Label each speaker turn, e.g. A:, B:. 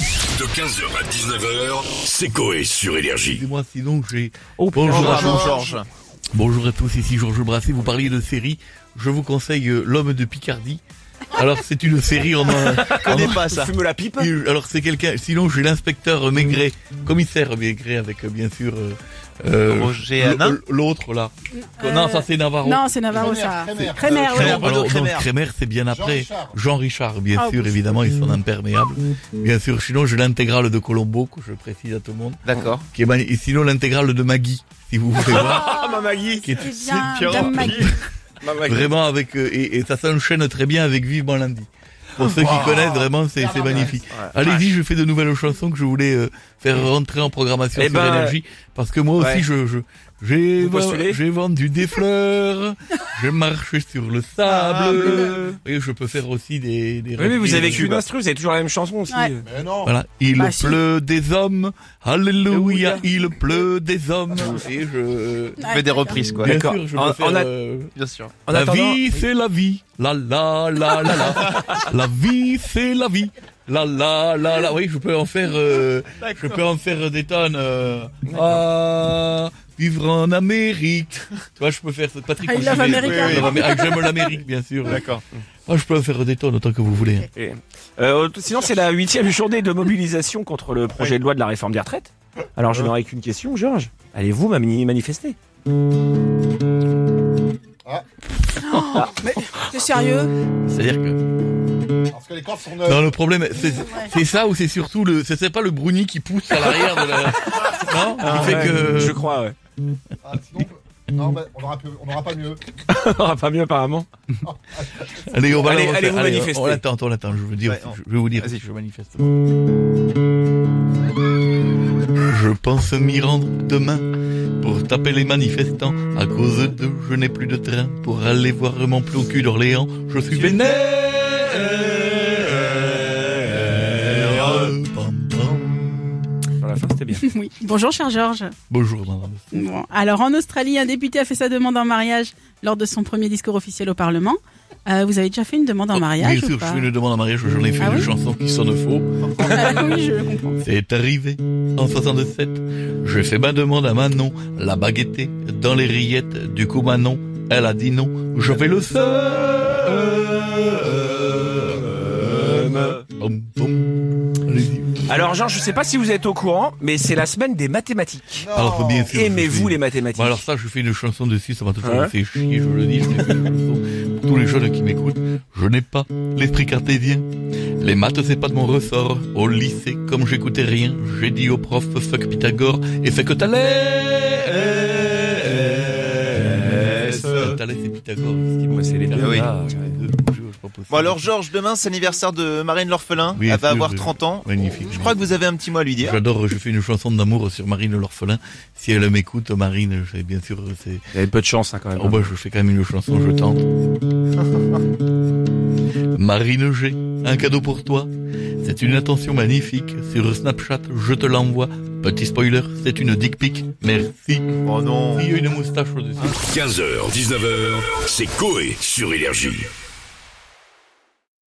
A: De 15h à 19h, c'est Coé sur Énergie.
B: Excusez-moi, sinon j'ai...
C: Oh,
B: Bonjour à
C: putain,
B: tous.
C: Georges.
B: Bonjour à tous, ici Georges Brassé, vous parliez de série, je vous conseille euh, L'Homme de Picardie. Alors c'est une série en un... en un-
C: pas ça. Fume la pipe.
B: Et, Alors c'est quelqu'un, sinon j'ai l'inspecteur euh, Maigret, commissaire Maigret avec euh, bien sûr... euh, euh,
C: Roger
B: l-
C: Hanin.
B: l- L'autre là. Non, ça c'est Navarro.
D: Non, c'est Navarro, ça.
E: Crémer.
D: Crémer, oui.
C: Crémer. Bruno
B: Alors, donc,
C: Kremer.
B: Kremer, c'est bien après.
E: Richard.
B: Jean Richard, bien
D: Ah,
B: sûr,
D: oui. Mm,
B: évidemment, ils sont imperméables. Bien sûr, sinon j'ai l'intégrale de Colombo, que je précise à tout le monde.
C: D'accord.
B: Qui est magn- et sinon l'intégrale de Maggie, si vous voulez voir.
C: Ah, ma Maggie.
B: qui est
D: Eh Oh, bien, Dame Maggie.
B: Ah, vraiment avec euh, et, et ça s'enchaîne très bien avec Vivement lundi. Pour ceux qui connaissent vraiment, c'est c'est magnifique. Allez-y, je fais de nouvelles chansons que je voulais euh, faire rentrer en programmation
C: Eh
B: sur
C: ben,
B: l'énergie parce que moi aussi
C: ouais.
B: je je- j'ai
C: Vous
B: ven-
C: postulez
B: j'ai vendu des fleurs, j'ai marché sur le sable. Et je peux faire aussi des des
F: Oui, mais vous
B: repris,
F: avez
B: des-
F: qu'une instru, vous avez toujours la même chanson aussi.
D: Ouais.
E: Mais non.
B: Voilà, il
D: Bah, si.
B: pleut des hommes, alléluia,
C: Alléluia.
B: il pleut des hommes. Et je
C: Je fais des reprises, quoi.
B: bien
F: D'accord.
B: sûr, je
F: En-
B: peux faire
F: en a-
B: euh,
C: Bien sûr.
F: En
B: la
F: attendant,
B: vie, c'est la vie. La la la la la. la vie, c'est la vie. La la la la. Oui, je peux en faire, euh, je peux en faire des tonnes. euh. ah, vivre en Amérique. Tu vois, je peux faire ce Patrick.
D: I love
B: Pouyanné.
D: America.
B: Oui, oui, oui. Ah, J'aime l'Amérique, bien sûr.
C: D'accord.
B: Ah, je peux en faire des tonnes autant que vous voulez. hein.
F: et- euh, sinon, c'est la huitième journée de mobilisation contre le projet de loi de la réforme des retraites. Alors, je n'aurai qu'une question, Georges. Allez-vous mani- manifester
D: T'es
B: Mmh.
D: sérieux
B: C'est-à-dire que.
E: Parce que les cordes sont neuves.
B: Non, le problème, c'est c'est ça ou c'est surtout le, c'est c'est pas le Bruni qui pousse à l'arrière de la. Non, qui fait
F: Ah, Ouais,
B: que.
F: Je crois, ouais.
E: Ah, sinon, non, bah, on aura, peu- on aura pas mieux.
F: Ah, pas mieux, apparemment.
B: Allez, on va
F: Allez,
B: on va
F: allez
B: faire-
F: vous manifester.
B: On l'attend, on l'attend. Je veux dire,
C: Ouais, on-
B: je vais vous dire.
C: Vas-y.
B: je manifeste. Je pense m'y rendre demain pour taper les manifestants. À cause d'eux, je n'ai plus de train pour aller voir mon plus au cul d'Orléans. Je suis vénère. Pam, pam.
F: Sur la fin, c'était bien.
D: Oui. Bonjour, cher Georges.
B: Bonjour, madame.
D: Bon. Alors, en Australie, un député a fait sa demande en mariage lors de son premier discours officiel au Parlement. Euh, vous avez déjà fait une demande en
B: Oh,
D: mariage
B: Bien
D: ou
B: sûr, je
D: ah, pas
B: fais une demande en mariage. J'en ai fait
D: Ah
B: une
D: oui
B: chanson qui sonne faux.
D: Ah, Oui, je comprends.
B: C'est arrivé en 67. Je fais ma demande à Manon, la baguette dans les rillettes. Du coup, Manon, elle a dit non. Je fais le
F: Euh, euh.
B: seum. Pom, pom. Allez-y.
F: Alors, Georges, je sais pas si vous êtes au courant, mais c'est la semaine des mathématiques.
B: Alors, faut bien sûr, je
F: Aimez-vous
B: fais-
F: les mathématiques
B: Bon, Bah, alors ça, je fais une chanson dessus, ça m'a toujours
F: Hein
B: fait chier, je le dis, je l'ai fait une chanson pour tous les jeunes qui m'écoutent. Je n'ai pas l'esprit cartésien. Les maths, c'est pas de mon ressort. Au lycée, comme j'écoutais rien, j'ai dit au prof, fuck Pythagore, et fais que Thalès. Thalès et Pythagore, c'est
F: Ouais, c'est les deux.
C: Ah oui.
F: là.
C: Bon, alors, Georges, demain, c'est l'anniversaire de Marine L'Orphelin.
B: Oui,
C: Elle va
B: oui,
C: avoir
B: oui.
C: 30 ans.
B: Magnifique.
C: Je crois que vous avez un petit mot à lui dire.
B: J'adore, je fais une chanson d'amour sur Marine l'orphelin. Si elle m'écoute, Marine, je sais, bien sûr, c'est...
F: Vous avez peu de chance, hein, quand même.
B: Oh bah je fais quand même une chanson, je tente. Marine G, un cadeau pour toi. C'est une attention magnifique. Sur Snapchat, je te l'envoie. Petit spoiler, c'est une dick pic. Merci.
C: Oh non.
B: Il y a une moustache au-dessus.
A: 15h, 19h, c'est Coé sur Énergie.